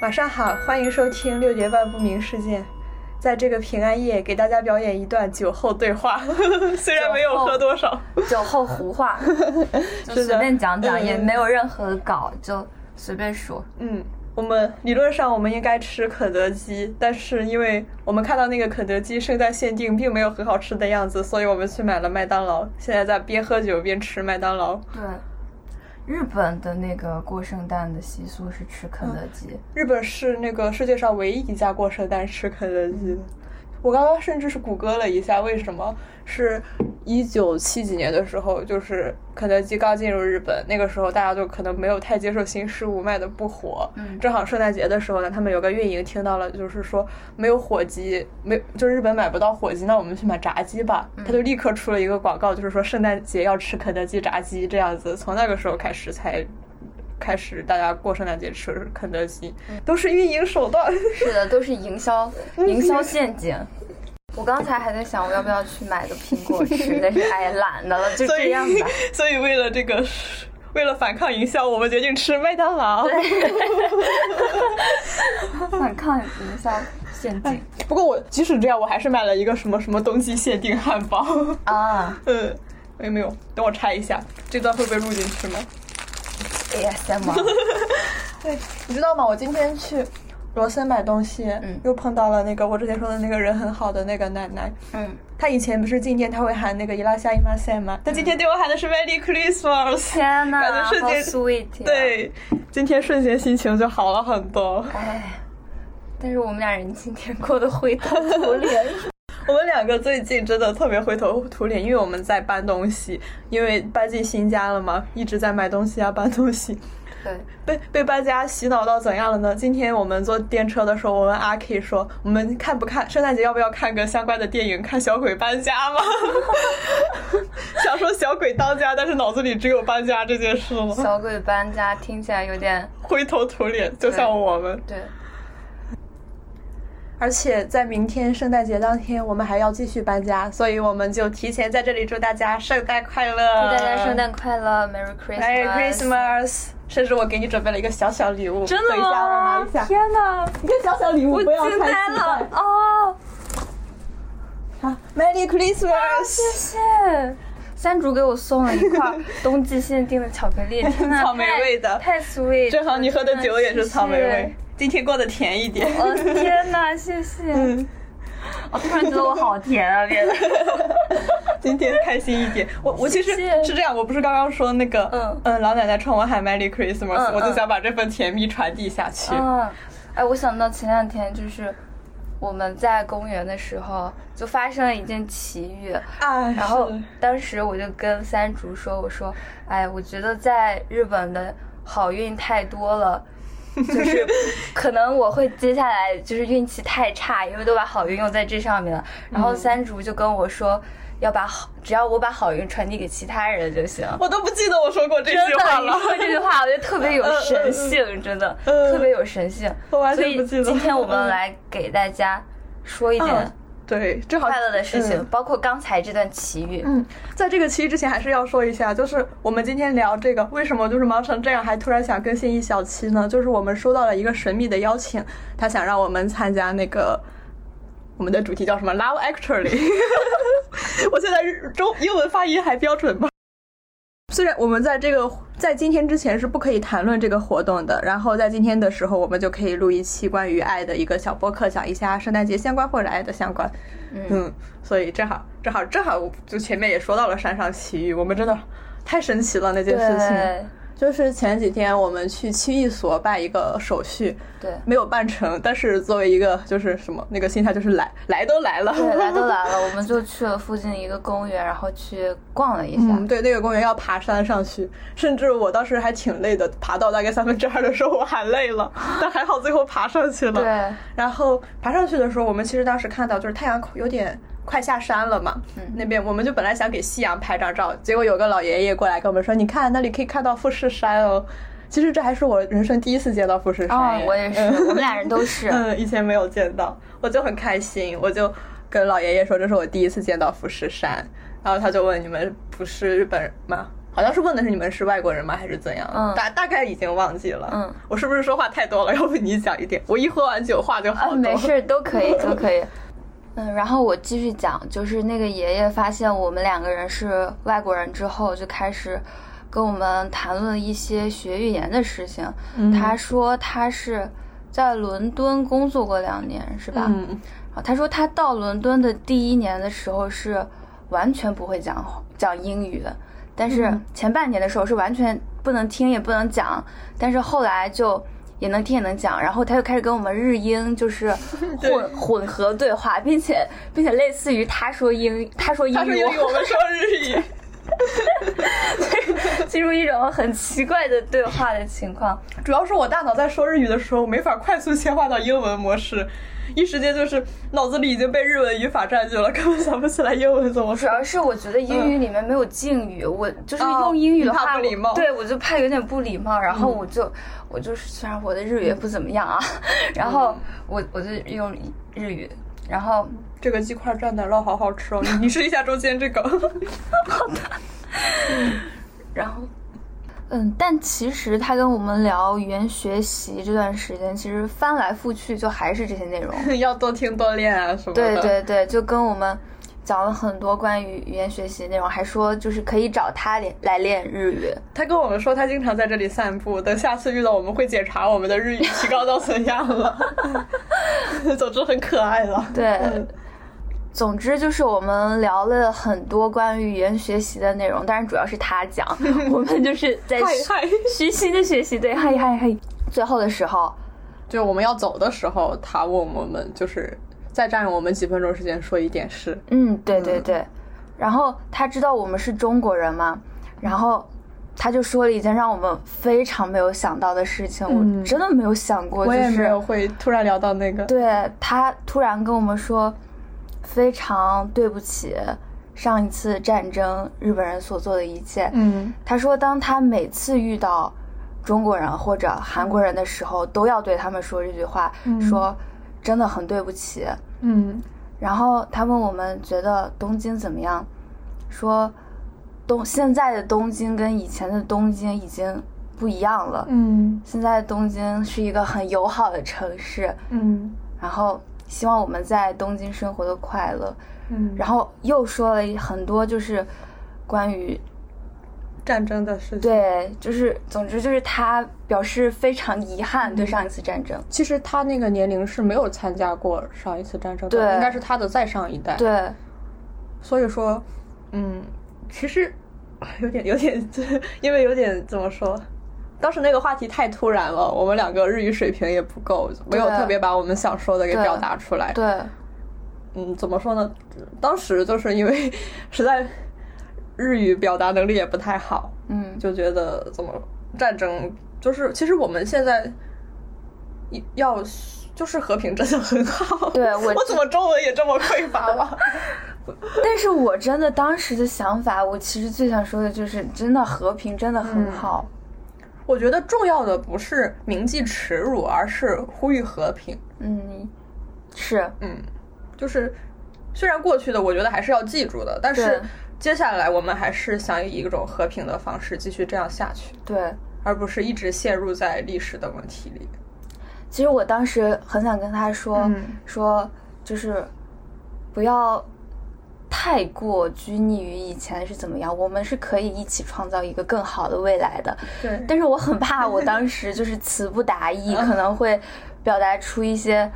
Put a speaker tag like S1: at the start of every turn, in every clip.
S1: 晚上好，欢迎收听六绝半不明事件。在这个平安夜，给大家表演一段酒后对话， 虽然没有喝多少，
S2: 酒后胡 话，就是随
S1: 的
S2: 便讲讲，也
S1: 嗯
S2: 没有任何稿，就随便说。
S1: 嗯，我们理论上我们应该吃肯德基，但是因为我们看到那个肯德基圣诞限定并没有很好吃的样子，所以我们去买了麦当劳。现在在边喝酒边吃麦当劳。
S2: 对，日本的那个过圣诞的习俗是吃肯德基，
S1: 日本是那个世界上唯一一家过圣诞吃肯德基的。我刚刚甚至是谷歌了一下，为什么是一九七几年的时候，就是肯德基刚进入日本，那个时候大家就可能没有太接受新事物，卖的不火。
S2: 嗯
S1: 正好圣诞节的时候呢，他们有个运营听到了，就是说没有火鸡，没就是日本买不到火鸡，那我们去买炸鸡吧。他就立刻出了一个广告，就是说圣诞节要吃肯德基炸鸡这样子。从那个时候开始才开始大家过圣诞节吃肯德基，都嗯是运营手段。
S2: 是的，都是 营销营销陷阱。我刚才还在想，我要不要去买个苹果吃， 但是哎，懒得了，就
S1: 所
S2: 这
S1: 以
S2: 样吧。
S1: 所以为了这个，为了反抗营销，我们决定吃麦当劳。
S2: 反抗营销陷 阱
S1: 不过我即使这样，我还是买了一个什么什么冬季限定汉堡。
S2: 啊
S1: 嗯，没有没有，等我拆一下，这段会被录进去吗？
S2: ，ASMR，
S1: 对，你知道吗？我今天去罗森买东西，
S2: 嗯
S1: 又碰到了那个我之前说的那个人很好的那个奶奶。
S2: 嗯，
S1: 她以前不是进店她会喊那个伊拉夏伊玛塞吗？她今天对我喊的是 Merry Christmas。
S2: 天
S1: 感觉
S2: 哪，好
S1: 瞬间
S2: sweet，呀，
S1: 对，今天瞬间心情就好了很多。
S2: 哎，但是我们俩人今天过得灰头土脸。
S1: 我们两个最近真的特别灰头土脸，因为我们在搬东西，因为搬进新家了嘛，一直在买东西啊，搬东西。
S2: 对，
S1: 被被搬家洗脑到怎样了呢？今天我们坐电车的时候，我问阿 K 说，我们看不看圣诞节要不要看个相关的电影，看《小鬼搬家》吗？ 想说小鬼当家，但是脑子里只有搬家这件事了，
S2: 小鬼搬家听起来有点
S1: 灰头土脸，就像我们。
S2: 对，
S1: 而且在明天圣诞节当天，我们还要继续搬家，所以我们就提前在这里祝大家圣诞快乐！
S2: 祝大家圣诞快乐，Merry Christmas。
S1: Merry Christmas！甚至我给你准备了一个小小礼物，
S2: 真的
S1: 等一下我拿
S2: 吗
S1: 一？下。
S2: 天哪，
S1: 一个小小礼物，
S2: 我
S1: 不要
S2: 惊呆
S1: 太期
S2: 了
S1: 待。
S2: 哦，
S1: 好，Merry Christmas！
S2: 谢谢。三竹给我送了一块 冬季限定的巧克力，天哪
S1: 草莓
S2: 太
S1: 味的
S2: 太 sweet。
S1: 正好你喝的酒也是草莓味。，今天过得甜一点。
S2: 我哦天 哪，谢嗯谢！我突然觉得我好甜啊，变得。
S1: 今天开心一点。我我其实
S2: 谢谢
S1: 是这样，我不是刚刚说那个，呃
S2: 嗯
S1: 老奶奶冲我喊 Merry Christmas，
S2: 嗯
S1: 我就
S2: 嗯
S1: 想把这份甜蜜传递下去。
S2: 嗯，哎，我想到前两天就是我们在公园的时候，就发生了一件奇遇。
S1: 哎，
S2: 然后
S1: 是
S2: 当时我就跟三竹说：“我说，哎，我觉得在日本的好运太多了， 就是可能我会接下来就是运气太差，因为都把好运用在这上面了。”
S1: 嗯
S2: 然后三竹就跟我说：“要把好，只要我把好运传递给其他人就行。”
S1: 我都不记得我说哦过这
S2: 真
S1: 句话
S2: 的，你
S1: 了。
S2: 说这句话，我觉得特别有神性，真的
S1: 嗯
S2: 特别有神性。
S1: 我完
S2: 所
S1: 全
S2: 以
S1: 不记得
S2: 今天我们来给大家说一点
S1: 嗯对，正好
S2: 快乐的事情
S1: 嗯，
S2: 包括刚才这段奇遇。
S1: 嗯，在这个期之前还是要说一下，就是我们今天聊这个为什么就是忙成这样，还突然想更新一小期呢？就是我们收到了一个神秘的邀请，他想让我们参加那个我们的主题叫什么 “Love Actually”。我现在日中英文发音还标准吗？虽然我们在这个在今天之前是不可以谈论这个活动的，然后在今天的时候，我们就可以录一期关于爱的一个小播客，讲一下圣诞节相关或者爱的相关。嗯，所以正好正好正好，就前面也说到了山上奇遇，我们真的太神奇了那件事情。
S2: 对
S1: 就是前几天我们去区役所办一个手续，
S2: 对
S1: 没有办成，但是作为一个就是什么那个心态，就是来来都来了，
S2: 对，来都来了，我们就去了附近一个公园，然后去逛了一下。
S1: 嗯，对，那个公园要爬山上去，甚至我当时还挺累的，爬到大概三分之二的时候我喊累 了，但还好最后爬上去了。
S2: 对，
S1: 然后爬上去的时候，我们其实当时看到就是太阳有点快下山了嘛，
S2: 嗯
S1: 那边我们就本来想给夕阳拍张照，结果有个老爷爷过来跟我们说，你看那里可以看到富士山哦。其实这还是我人生第一次见到富士山
S2: 啊
S1: 耶，，
S2: 我也是，
S1: 嗯
S2: 我们俩人 都是。
S1: 嗯，以前没有见到，我就很开心，我就跟老爷爷说这是我第一次见到富士山，然后他就问你们不是日本人吗？好像是问的是你们是外国人吗，还是怎样？
S2: 嗯
S1: 大大概已经忘记了。
S2: 嗯，
S1: 我是不是说话太多了？要不你讲一点？我一喝完酒话就好
S2: 啊，
S1: 多。
S2: 没事，儿，都可以，都可以。嗯，然后我继续讲，就是那个爷爷发现我们两个人是外国人之后，就开始跟我们谈论一些学语言的事情。
S1: 嗯
S2: 他说他是在伦敦工作过两年，是吧？
S1: 嗯，
S2: 然啊后他说他到伦敦的第一年的时候是完全不会讲讲英语的，但是
S1: 嗯
S2: 前半年的时候是完全不能听也不能讲，但是后来就也能听也能讲，然后他又开始跟我们日英就是 混混合对话，并且并且类似于他说英他说英
S1: 他说
S2: 语
S1: 英
S2: 我
S1: 语，我们说日语。
S2: 进入一种很奇怪的对话的情况，
S1: 主要是我大脑在说日语的时候，没法快速切换到英文模式，一时间就是脑子里已经被日文语法占据了，根本想不起来英文怎么
S2: 主
S1: 说。
S2: 要是我觉得英语里面没有敬语，我就是
S1: 嗯哦
S2: 用英语的
S1: 你怕
S2: 话，
S1: 不礼貌嗯
S2: 我对我就怕有点不礼貌。然后我就、我就是虽然我的日语也不怎么样啊， 然后
S1: 嗯
S2: 我我就用日语，然后
S1: 这个鸡块蘸奶酪好好吃哦，你你 试一下中间这个。
S2: 然后。嗯，但其实他跟我们聊语言学习这段时间，其实翻来覆去就还是这 些内容。
S1: 要多听多练啊什么
S2: 对
S1: 的。
S2: 对对，就跟我们讲了很多关于语言学习的内容，还说就是可以找他练来练日语。
S1: 他跟我们说他经常在这里散步，等下次遇到我们会检查我们的日语提高到怎样了。 总之很可爱了。
S2: 对
S1: 嗯，
S2: 总之就是我们聊了很多关于语言学习的内容，但是主要是他 讲，我们就是在
S1: 嗨
S2: 虚
S1: 嗨，
S2: 虚心的学习。对，嗨嗨嗨。最后的时候，
S1: 就我们要走的时候，他问我们就是再占用我们几分钟时间说一点事。
S2: 嗯，对对对。然后他知道我们是中国人嘛，然后他就说了一件让我们非常没有想到的事情，
S1: 嗯
S2: 我真的没有想过，就
S1: 我也没
S2: 是
S1: 有会突然聊到那个，
S2: 对他突然跟我们说，非常对不起上一次战争日本人所做的一切。
S1: 嗯，
S2: 他说，当他每次遇到中国人或者韩国人的时候，都要对他们说这句话，
S1: 嗯
S2: 说真的很对不起。
S1: 嗯，
S2: 然后他问我们觉得东京怎么样，说东现在的东京跟以前的东京已经不一样了。
S1: 嗯，
S2: 现在东京是一个很友好的城市，
S1: 嗯，
S2: 然后希望我们在东京生活的快乐。
S1: 嗯，
S2: 然后又说了很多就是关于
S1: 战争的事情。，
S2: 对，就是总之就是他表示非常遗憾对上一次战争。
S1: 其实他那个年龄是没有参加过上一次战争的，
S2: 对
S1: 应该是他的再上一代。，
S2: 对，
S1: 所以说，嗯，其实 有点有点， 因为有点怎么说？当时那个话题太突然了，我们两个日语水平也不够，没有
S2: 对
S1: 特别把我们想说的给
S2: 对
S1: 表达出来。
S2: 对，
S1: 嗯，怎么说呢？当时就是因为 实在日语表达能力也不太好，
S2: 嗯，
S1: 就觉得怎么战争就是，其实我们现在一要就是和平真的很好。
S2: 对 我
S1: 我怎么中文也这么匮乏了？
S2: 但是我真的当时的想法，我其实最想说的就是，真的和平真的很好。
S1: 我觉得重要的不是铭记耻辱，而是呼吁和平。
S2: 嗯，是，
S1: 嗯，就是虽然过去的我觉得还是要记住的，但
S2: 对
S1: 是接下来我们还是想以一种和平的方式继续这样下去。
S2: 对。
S1: 而不是一直陷入在历史的问题里。
S2: 其实我当时很想跟他说，
S1: 嗯
S2: 说就是不要太过拘泥于以前是怎么样，我们是可以一起创造一个更好的未来的。
S1: 对
S2: 但是我很怕我当时就是词不达意，
S1: 嗯
S2: 可能会表达出一些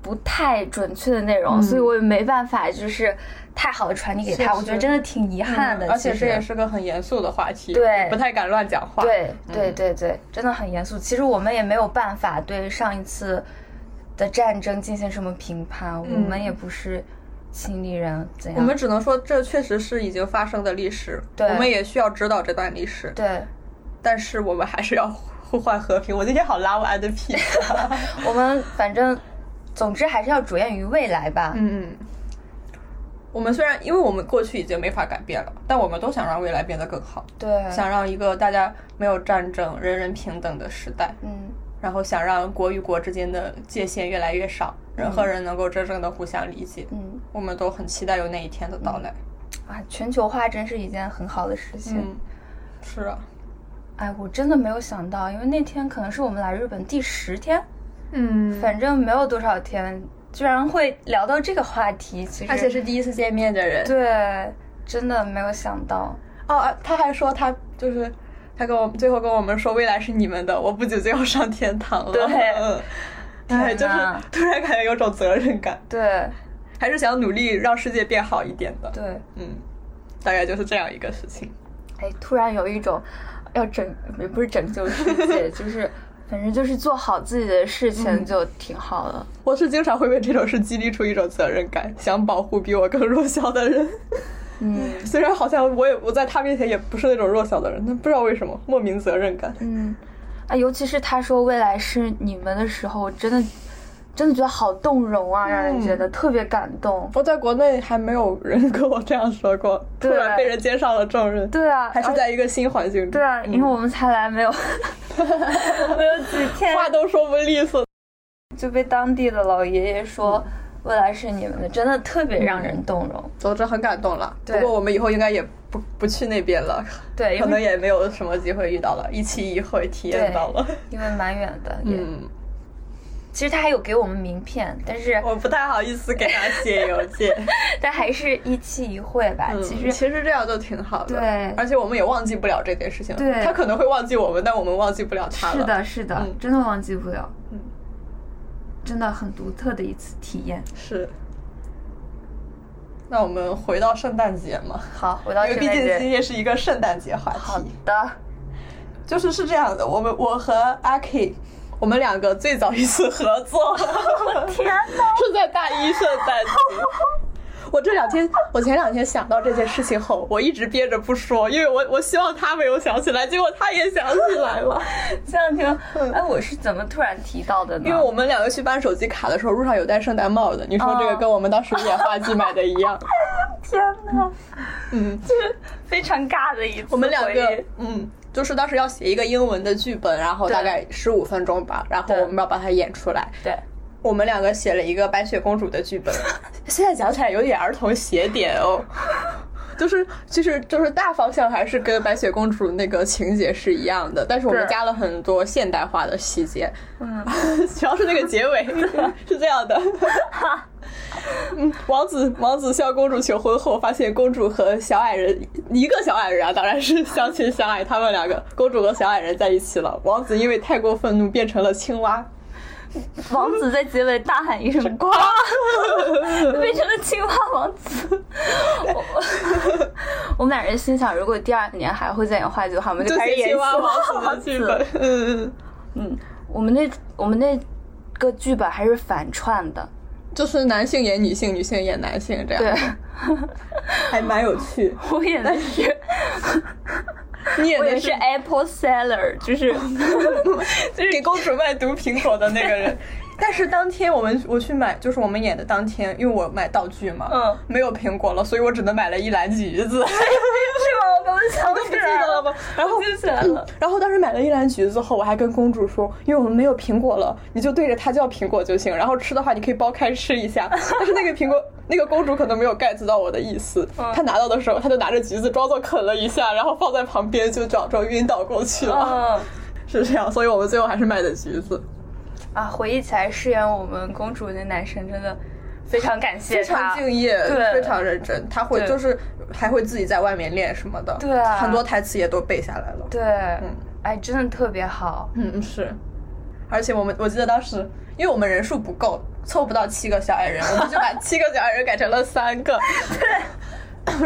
S2: 不太准确的内容，
S1: 嗯
S2: 所以我也没办法就是太好的传递给
S1: 确
S2: 他。
S1: 实
S2: 我觉得真的挺遗憾的，
S1: 嗯而且
S2: 其
S1: 这
S2: 实
S1: 也是个很严肃的话题，
S2: 对
S1: 不太敢乱讲话。，
S2: 对
S1: 嗯
S2: 对对对，真的很严肃。其实我们也没有办法对上一次的战争进行什么评判，我
S1: 嗯
S2: 们也不是亲历人，怎样？
S1: 我们只能说这确实是已经发生的历史，
S2: 对
S1: 我们也需要知道这段历史，
S2: 对，
S1: 但是我们还是要呼唤和平。我今天好拉我安的啊屁。
S2: 我们反正，总之还是要着眼于未来吧。
S1: 嗯。我们虽然因为我们过去已经没法改变了，但我们都想让未来变得更好，
S2: 对，
S1: 想让一个大家没有战争、人人平等的时代。
S2: 嗯，
S1: 然后想让国与国之间的界限越来越少，人和人能够真正的互相理解。
S2: 嗯，
S1: 我们都很期待有那一天的到来。
S2: 哎啊，全球化真是一件很好的事情。
S1: 嗯，是啊，
S2: 哎，我真的没有想到，因为那天可能是我们来日本第十天，
S1: 嗯，
S2: 反正没有多少天，居然会聊到这个话题。其实，
S1: 而且是第一次见面的人。
S2: 对，真的没有想到。
S1: 哦，啊他还说他就是他跟我最后跟我们说未来是你们的，我不久就要上天堂了。
S2: 对
S1: 嗯哎，就
S2: 天
S1: 是
S2: 哪
S1: 突然感觉有种责任感，
S2: 对
S1: 还是想努力让世界变好一点的。
S2: 对，
S1: 嗯，大概就是这样一个事情。
S2: 哎，突然有一种要拯，也不是拯救世界， 就是反正就是做好自己的事
S1: 嗯
S2: 情就挺好了。
S1: 我是经常会被这种事激励出一种责任感，想保护比我更弱小的人。
S2: 嗯
S1: 虽然好像我也我在他面前也不是那种弱小的人，但不知道为什么莫名责任感。
S2: 嗯，啊，尤其是他说未来是你们的时候，我真的真的觉得好动容啊，让人觉
S1: 嗯
S2: 得特别感动。
S1: 我在国内还没有人 跟我这样说过，突
S2: 对
S1: 然被人肩上了重任。
S2: 对啊，
S1: 还是
S2: 而
S1: 在一个新环境中。嗯
S2: 对啊，因为我们才 来没有没有几天，
S1: 话都说不利索。
S2: 就被当地的老爷爷说
S1: 嗯
S2: 未来是你们的，真的特别让人动容。
S1: 总之很感动了。不
S2: 对
S1: 过我们以后应该也不不去那边了，
S2: 对，
S1: 可
S2: 因
S1: 能
S2: 为
S1: 也没有什么机会遇到了，一期一会体验到了。
S2: 因为蛮远的，也
S1: 嗯，
S2: 其实他还有给我们名片，但是
S1: 我不太好意思给他写邮件。
S2: 但还是一期一会吧。
S1: 嗯
S2: 其实
S1: 其实这样就挺好的。
S2: 对
S1: 而且我们也忘记不了这件事情。
S2: 对
S1: 他可能会忘记我们，但我们忘记不了他了。
S2: 是，的，是的
S1: 嗯，
S2: 真的忘记不了
S1: 嗯，
S2: 真的很独特的一次体验。
S1: 是。那我们回到圣诞节嘛，
S2: 好，回到
S1: 因为
S2: 圣
S1: 毕
S2: 诞
S1: 竟
S2: 节
S1: 今，天是一个圣诞节话题。
S2: 好的，
S1: 就是是这样的，我们我和阿 K，我们两个最早一次合 作
S2: 天哪，
S1: 是在大一圣诞节。 我这两天，我前两天想到这件事情后，我一直憋着不说，因为我我希望他没有想起来，结果他也想起来 了。
S2: 这两天，哎，我是怎么突然提到的呢？
S1: 因为我们两个去办手机卡的时候，路上有戴圣诞帽的，你说这个
S2: 哦
S1: 跟我们当时演话剧买的一样。
S2: 天哪，
S1: 嗯，
S2: 就是非常尬的一次回忆。
S1: 我们两个，嗯，就是当时要写一个英文的剧本，然后
S2: 对
S1: 大概十五分钟吧，然后
S2: 对
S1: 我们要把它演出来。
S2: 对，
S1: 我们两个写了一个白雪公主的剧本， 现在讲起来有点儿童邪典哦。 就是其实就是大方向还是跟白雪公主那个情节是一样的，但是我们
S2: 对
S1: 加了很多现代化的细节，
S2: 嗯，
S1: 主要是那个结 尾是这样 的。嗯，王子王子向公主求婚后，发现公主和小矮人一个小矮人啊，当然是相亲相爱，他们两个公主和小矮人在一起了。王子因为太过愤怒变成了青蛙，
S2: 王子在结尾大喊一声“呱”，变成了青蛙王 子。我我们俩人心想，如果第二年还会再演话剧的话，我们
S1: 就
S2: 开始
S1: 是
S2: 演
S1: 青蛙
S2: 王
S1: 王子的剧本。 嗯，
S2: 嗯，我们那我们那个剧本还是反串的，
S1: 就是男性演女性，女性演男性这样，
S2: 对，
S1: 还蛮有趣。
S2: 我演的是
S1: 你演
S2: 我
S1: 的
S2: 也
S1: 是哎
S2: 是 apple seller，就是
S1: 给公主卖毒苹果的那个人。 但是当天我们我去买，就是我们演的当天，因为我买道具嘛，
S2: 嗯，
S1: 没有苹果了，所以我只能买了一篮橘子，
S2: 是吗？我刚刚想
S1: 都不
S2: 起
S1: 记
S2: 来
S1: 得了吧？然后
S2: 我记起来了。
S1: 然后当时买了一篮橘子后，我还跟公主说，因为我们没有苹果了，你就对着它叫苹果就行。然后吃的话，你可以剥开吃一下。但是那个苹果，那个公主可能没有 get 到我的意思。
S2: 嗯
S1: 她拿到的时候，她就拿着橘子装作啃了一下，然后放在旁边就假装晕倒过去了。
S2: 嗯
S1: 是这样，所以我们最后还是买的橘子，
S2: 啊，回忆起来饰演我们公主那男生真的非常感谢
S1: 非
S2: 他
S1: 常敬业，
S2: 对
S1: 非常认真。他会
S2: 对
S1: 就是还会自己在外面练什么的，
S2: 对啊
S1: 很多台词也都背下来了。
S2: 对，哎，真的特别好。
S1: 嗯，是。而且我们我记得当时，因为我们人数不够，凑不到七个小矮人，我们就把七个小矮人改成了三个。对。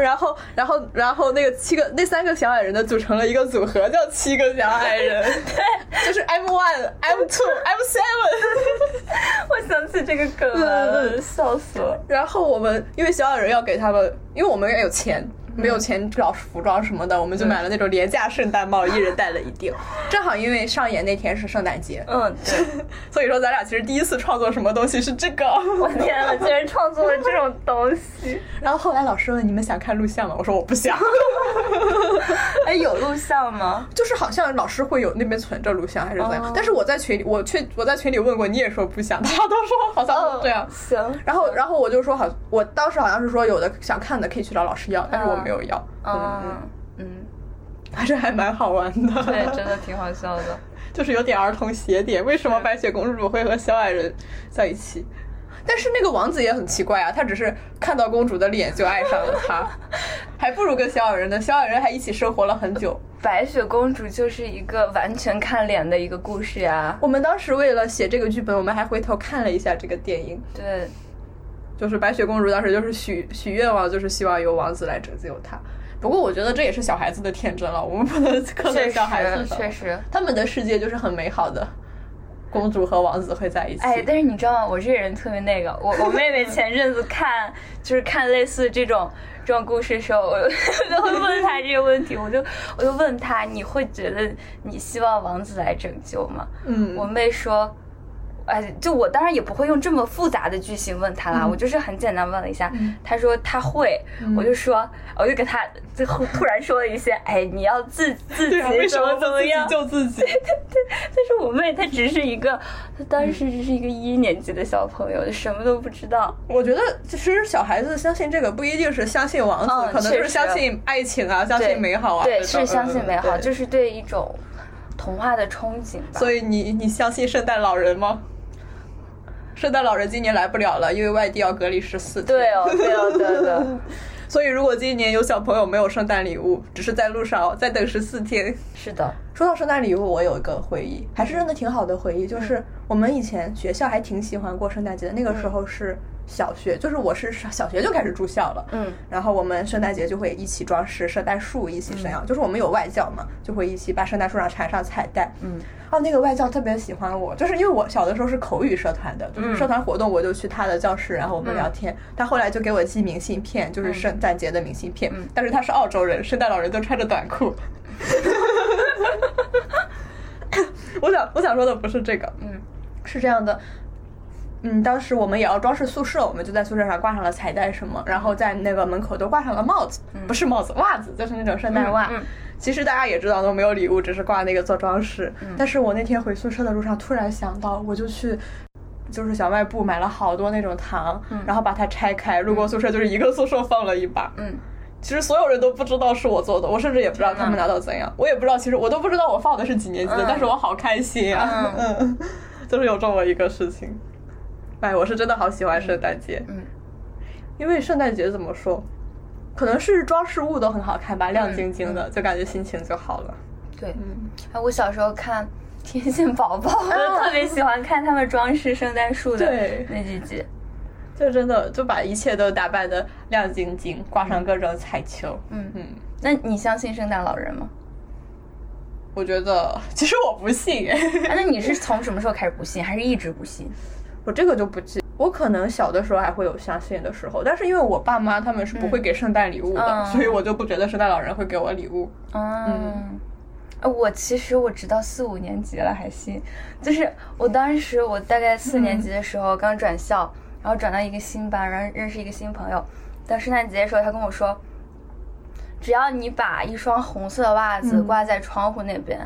S1: 然后，然后，然后那个七个那三个小矮人的组成了一个组合，叫七个小矮人。对，就是 M one、M two、M seven。
S2: 我想起这个梗
S1: 对对
S2: 了，
S1: 对
S2: 笑死了。
S1: 然后我们因为小矮人要给他们，因为我们也有钱，没有钱找服装什么的，我们就买了那种廉价圣诞帽，一人戴了一顶。正好因为上演那天是圣诞节，
S2: 嗯，对，
S1: 所以说，咱俩其实第一次创作什么东西是这个。
S2: 我天呐，竟然创作了这种东西！
S1: 然后后来老师问你们想看录像吗？我说我不想。
S2: 哎，有录像吗？
S1: 就是好像老师会有那边存着录像还是怎样
S2: 哦
S1: 但是我在群里，我确我在群里问过，你也说不想，大家都说好像
S2: 哦
S1: 是这样。
S2: 行。
S1: 然后，然后我就说好，我嗯当时好像是说有的想看的可以去找老师要，但是我没有要。嗯，
S2: 嗯嗯，
S1: 反正还蛮好玩的。
S2: 对，真的挺好笑的。
S1: 就是有点儿童邪点。为什么白雪公主会和小矮人在一起？但是那个王子也很奇怪啊，他只是看到公主的脸就爱上了 她，还不如跟小矮人呢。小矮人还一起生活了很久。
S2: 白雪公主就是一个完全看脸的一个故事呀、
S1: 我们当时为了写这个剧本，我们还回头看了一下这个电影，
S2: 对，
S1: 就是白雪公主当时就是许许愿望，就是希望由王子来拯救她。不过我觉得这也是小孩子的天真了，我们不能苛
S2: 确
S1: 责小孩子
S2: 实
S1: 的。
S2: 确实。
S1: 他们的世界就是很美好的，公主和王子会在一起。
S2: 哎，但是你知道吗？我这个人特别那个，我我 妹妹前阵子看就是看类似这种这种故事的时候，我 我就会问她这个问题，我就我就问她，你会觉得你希望王子来拯救吗？
S1: 嗯，
S2: 我妹说。哎，就我当然也不会用这么复杂的句型问她啦，
S1: 嗯
S2: 我就是很简单问了一下，
S1: 嗯
S2: 她说她会，
S1: 嗯
S2: 我就说，我就给她最后突然说了一些，哎，你要自 自
S1: 对啊，为
S2: 己
S1: 什
S2: 怎
S1: 么
S2: 么
S1: 不
S2: 怎么
S1: 自己
S2: 样，
S1: 救自己？
S2: 但是我妹她只是一个，她当时只是一个一年级的小朋
S1: 嗯
S2: 友，什么都不知道。
S1: 我觉得其实小孩子相信这个不一定是相信王子，
S2: 嗯
S1: 可能就
S2: 确
S1: 是
S2: 实
S1: 相信爱情啊，相信美好啊。
S2: 对，
S1: 这种
S2: 是相信美好，
S1: 嗯对
S2: 就是对一种童话的憧憬吧。
S1: 所以你你相信圣诞老人吗？圣诞老人今年来不了了，因为外地要隔离十四天。
S2: 对哦，对哦，对的，
S1: 所以如果今年有小朋友没有圣诞礼物，只是在路上再等十四天。
S2: 是的，
S1: 说到圣诞礼物，我有一个回忆，还是
S2: 嗯
S1: 真的挺好的回忆，就是我们以前学校还挺喜欢过圣诞节的。那
S2: 嗯
S1: 个时候是小学，就是我是小学就开始住校了，
S2: 嗯，
S1: 然后我们圣诞节就会一起装饰圣诞树，一
S2: 嗯
S1: 起怎样？就是我们有外教嘛，就会一起把圣诞树上缠上彩带。
S2: 嗯，
S1: 哦，那个外教特别喜欢我，就是因为我小的时候是口语社团的，
S2: 嗯
S1: 就是社团活动我就去他的教室，然后我们聊天。他后来就给我寄明信片，就是
S2: 嗯
S1: 圣诞节的明信片，但是他是澳洲人，圣诞老人都穿着短裤。 我想我想说的不是这个，
S2: 嗯，
S1: 是这样的，嗯，当时我们也要装饰宿舍，我们就在宿舍上挂上了彩带什么，然后在那个门口都挂上了帽子，不是帽子，袜子，就是那种圣诞袜。
S2: 嗯嗯
S1: 其实大家也知道都没有礼物，只是挂那个做装饰。
S2: 嗯
S1: 但是我那天回宿舍的路上突然想到，我就去。就是小卖部买了好多那种糖，然后把它拆开，路过宿舍就是一个宿舍放了一把，
S2: 嗯，
S1: 其实所有人都不知道是我做的，我甚至也不知道他们拿到怎样，我也不知道，其实我都不知道我放的是几年级的，
S2: 嗯
S1: 但是我好开心啊！嗯， 就是有这么一个事情。哎，我是真的好喜欢圣诞节，
S2: 嗯，
S1: 因为圣诞节怎么说，可能是装饰物都很好看吧，亮晶晶
S2: 嗯
S1: 的，就感觉心情就好了。
S2: 对。
S1: 嗯，
S2: 哎，我小时候看。天线宝宝， 我就特别喜欢看他们装饰圣诞树的
S1: 对
S2: 那几集。
S1: 就真的就把一切都打扮的亮晶晶，挂上各种彩球。
S2: 嗯
S1: 嗯，
S2: 那你相信圣诞老人吗？
S1: 我觉得其实我不信，哎
S2: 啊，那你是从什么时候开始不信，还是一直不信？
S1: 我这个就不记。我可能小的时候还会有相信的时候，但是因为我爸妈他们是不会给圣诞礼物的，
S2: 嗯
S1: 所以我就不觉得圣诞老人会给我礼物。
S2: 嗯，呃我其实我直到四五年级了还信，就是我当时我大概四年级的时候刚转校，然后转到一个新班，然后认识一个新朋友。到圣诞节的时候，他跟我说，只要你把一双红色的袜子
S1: 嗯
S2: 挂在窗户那边。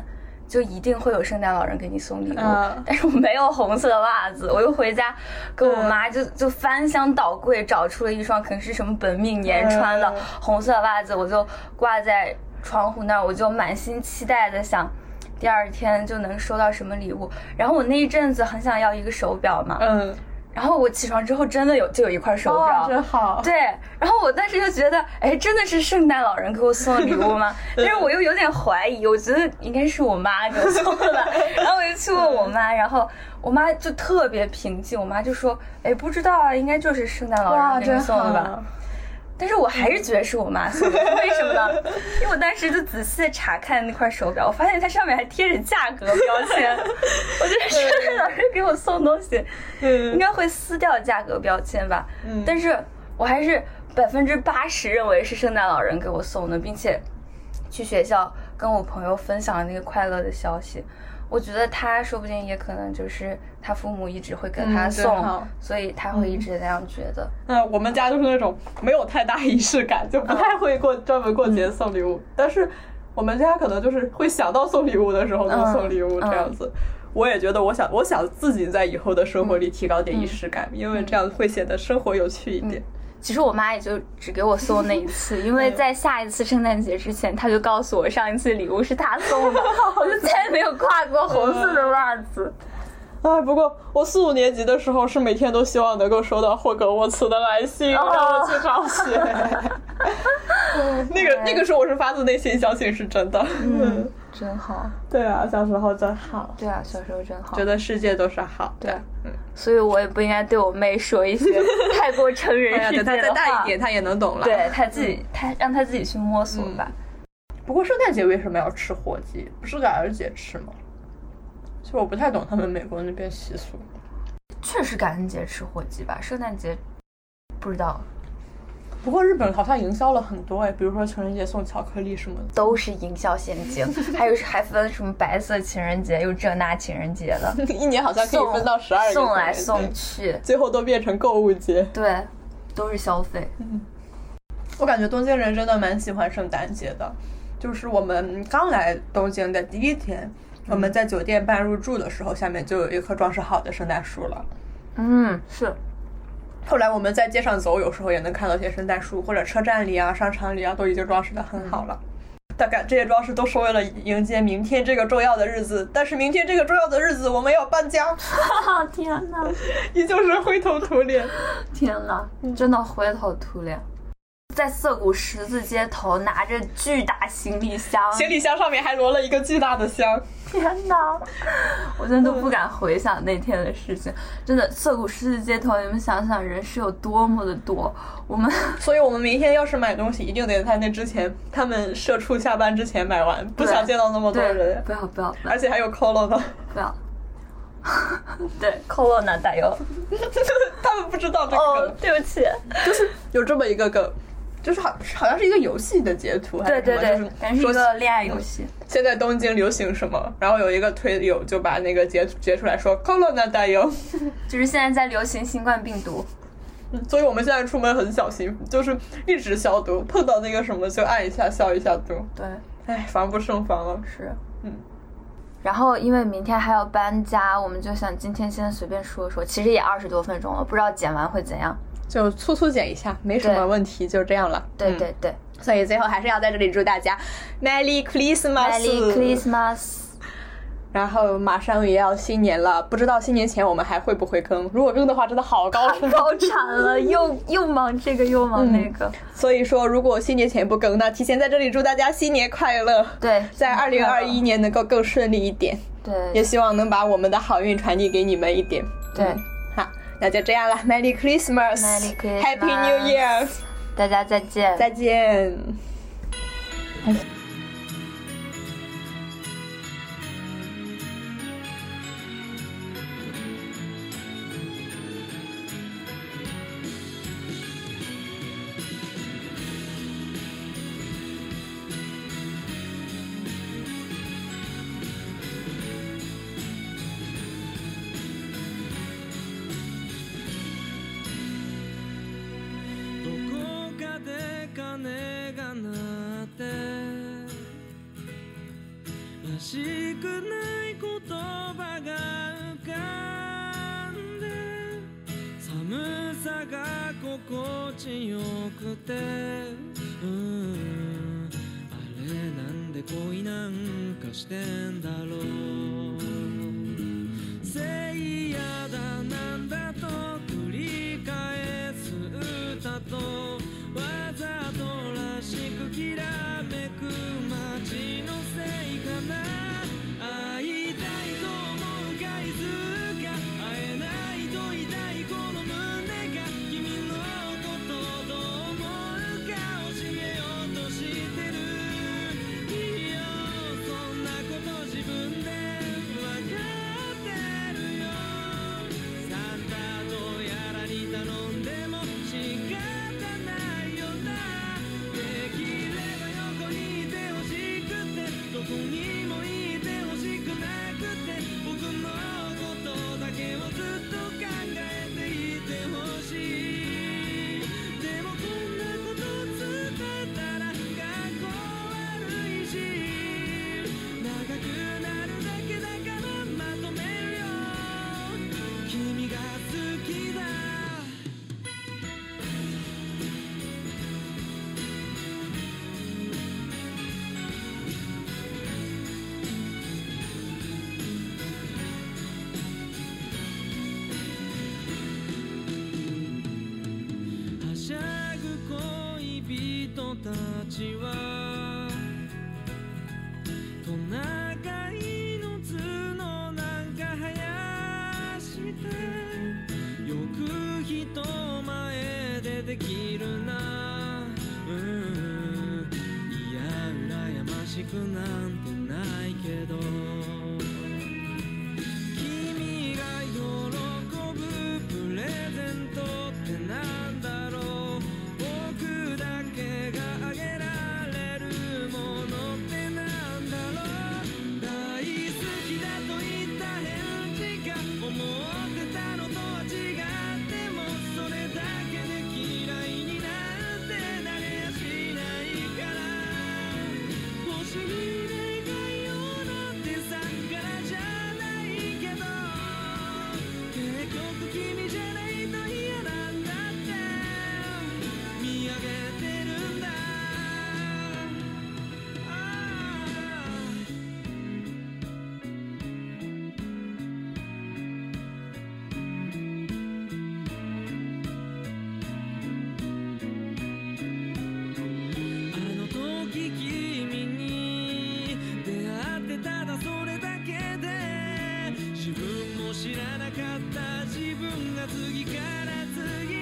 S2: 就一定会有圣诞老人给你送礼物，
S1: 啊
S2: 但是我没有红色的袜子，我又回家跟我妈就、就翻箱倒柜找出了一双可能是什么本命年穿的
S1: 嗯
S2: 红色袜子，我就挂在窗户那儿，我就满心期待的想。第二天就能收到什么礼物？然后我那一阵子很想要一个手表嘛，
S1: 嗯，
S2: 然后我起床之后真的有就有一块手
S1: 哇，
S2: 表，
S1: 真好。
S2: 对，然后我当时就觉得，哎，真的是圣诞老人给我送的礼物 吗？
S1: 嗯
S2: 但是我又有点怀疑，我觉得应该是我妈给我送 的吧。然后我就去问我
S1: 嗯
S2: 妈，然后我妈就特别平静，我妈就说，哎，不知道啊，应该就是圣诞老
S1: 哇，
S2: 人给
S1: 真
S2: 你送
S1: 好
S2: 的吧。。但是我还是觉得是我妈 送的，为什么呢？因为我当时就仔细的查看那块手表，我发现它上面还贴着价格标签，我觉得是老师给我送东西，应
S1: 嗯
S2: 该会撕掉价格标签吧。
S1: 嗯
S2: 但是我还是百分之八十认为是圣诞老人给我送的，并且去学校跟我朋友分享了那个快乐的消息。我觉得他说不定也可能就是他父母一直会给他
S1: 嗯真
S2: 送，
S1: 好
S2: 所以他会一直那样觉得。
S1: 那我们家就是那种没有太大仪式感，就
S2: 嗯
S1: 不太会过、专门过节送礼物，但是我们家可能就是会想到送礼物的时候就送礼物
S2: 嗯
S1: 这样子。我也觉得，我想，我
S2: 嗯嗯
S1: 想自己在以后的生活里提高点仪式感，因为这样会显得生活有趣一点。
S2: 其实我妈也就只给我送那一次， 因为在下一次圣诞节之前，她就告诉我上一次礼物是她送 的，我就再也没有挂过红色 的袜子。
S1: 哎，不过我四五年级的时候是每天都希望能够收到霍格沃茨的来信，让我去上学。 那个那个时候我是发自内心相信是真的。
S2: 嗯，真好。
S1: 对啊，小时候真好，
S2: 对啊，小时候真好
S1: 觉。得世界都是好的。
S2: 对
S1: 嗯，
S2: 所以我也不应该对我妹说一些太过成人
S1: 哎呀，
S2: 世界
S1: 等
S2: 的
S1: 他再
S2: 话。
S1: 大一点，他也能懂了。，
S2: 对她自己，她让她自己去摸索吧。
S1: 不过圣诞节为什么要吃火鸡？不是感恩节吃吗？其实我不太懂他们美国那边习俗。
S2: 确实感恩节吃火鸡吧，圣诞节不知道，
S1: 不过日本好像营销了很多哎，比如说情人节送巧克力什么的。
S2: 都是营销陷阱。还有是还分什么白色情人节，又这那情人节的，
S1: 一年好像可以分到十二个
S2: 送
S1: 情
S2: 来
S1: 人节
S2: 送去，
S1: 最后都变成购物节。
S2: 对，都是消费。
S1: 我感觉东京人真的蛮喜欢圣诞节的，就是我们刚来东京的第一天，我们在酒店办入住的时候，下面就有一棵装饰好的圣诞树了。
S2: 嗯，是，
S1: 后来我们在街上走，有时候也能看到一些圣诞树，或者车站里啊、商场里啊，都已经装饰的很好了。大概这些装饰都是为了迎接明天这个重要的日子，但是明天这个重要的日子我们要搬家，
S2: 啊天哪，
S1: 依旧是灰头土脸。
S2: 天哪，
S1: 嗯
S2: 真的灰头土脸。在涩谷十字街头拿着巨大行李箱，
S1: 行李箱上面还摞了一个巨大的箱，
S2: 天哪！我真的都不敢回想那天的事情。真的，涩谷十字街头，你们想想人是有多么的多。我们
S1: 所以我们明天要是买东西，一定得在那之前，他们社畜下班之前买完， 不
S2: 对
S1: 想见到那么多
S2: 对
S1: 人，，
S2: 不要不要不要
S1: 而且还有 colo 呢，
S2: 不要。 对，corona 打油。
S1: 他们不知道这个
S2: 哦
S1: 梗，，
S2: 对不起。
S1: 有这么一个梗。就是好，好像是一个游戏的截图，还
S2: 对
S1: 是什
S2: 对
S1: 么
S2: 对，但
S1: 就是说
S2: 一个恋爱游戏。
S1: 现在东京流行什么，然后有一个推友就把那个截截出来说 “corona 大油
S2: 就是现在在流行新冠病毒，”，
S1: 所以我们现在出门很小心，就是一直消毒，碰到那个什么就按一下消一下毒，
S2: 对，
S1: 哎，防不胜防了。
S2: 是，
S1: 嗯。
S2: 然后因为明天还要搬家，我们就想今天先随便说说，其实也二十多分钟了，不知道剪完会怎样。
S1: 就粗粗剪一下，没什
S2: 对
S1: 么问题，就这样了。
S2: 对
S1: 嗯
S2: 对对、
S1: 所以最后还是要在这里祝大家 Merry
S2: m
S1: Christmas，
S2: e r r y Christmas。
S1: 然后马上也要新年了，不知道新年前我们还会不会更？如果更的话，真的好高深。
S2: 高产了，又又忙这个又忙那个，
S1: 所以说，如果新年前不更，那提前在这里祝大家新年快乐。
S2: 对，
S1: 在二零二一年能够更顺利一点，也
S2: 对
S1: 希望能把我们的好运传递给你们一点。
S2: 对
S1: 嗯好，那就这样了，Merry
S2: Merry Christmas
S1: Christmas，Happy New Year，
S2: 大家再见，
S1: 再见。
S3: どこかで鐘が鳴ってらしくない言葉が浮かんで寒さが心地よくてうんあれなんで恋なんかしてんだろうせいやだなんだと繰り返す歌とわざとらしくきらめく街のせいかな会いたいと思う回数が会えないと痛いこの胸が君のことどう思うか教えようとしてるいいよそんなこと自分でたちはトナカイの角なんか生やしてよく人前でできるなうんいや羨ましくなんてないけど君が喜ぶプレゼントってなんだろう僕だけがあげられるものってなんだろう大好きだと言った返事が思ってたのとは違ってもそれだけで嫌いになんてなれやしないから星に願いをなんてさからじゃないけど結局君じゃないと嫌なんだって見上げてるんだあああの時君に出会ってただそれだけで自分も知らなかった自分が次から次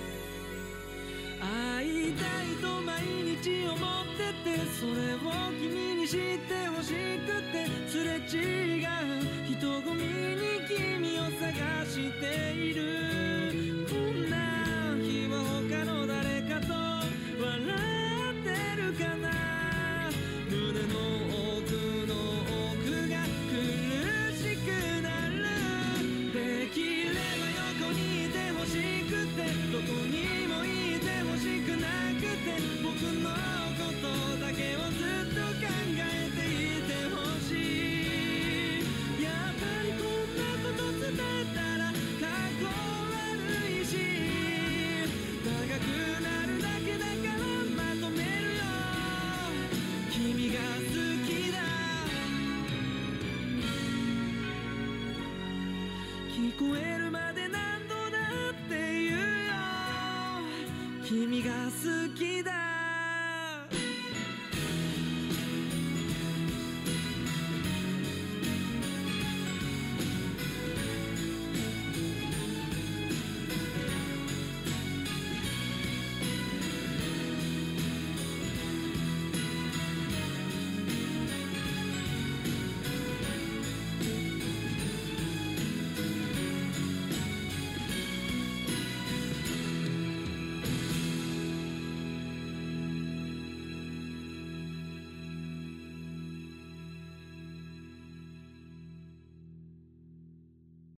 S3: に会いたいと毎日思っててそれを君に知ってほしくてすれ違う人混みに君を探しているこんな日は他の誰かと笑ってるかな胸の奥の奥が苦しくなるできれば横にいてほしくてどこにもいてほしくなくて僕のことだけをずっと考えていてほしいやっぱりこんなこと伝えたら過去悪いし長くなるだけだからまとめるよ君が好きだ聞こえるまで何度だって言うよ君が好きだ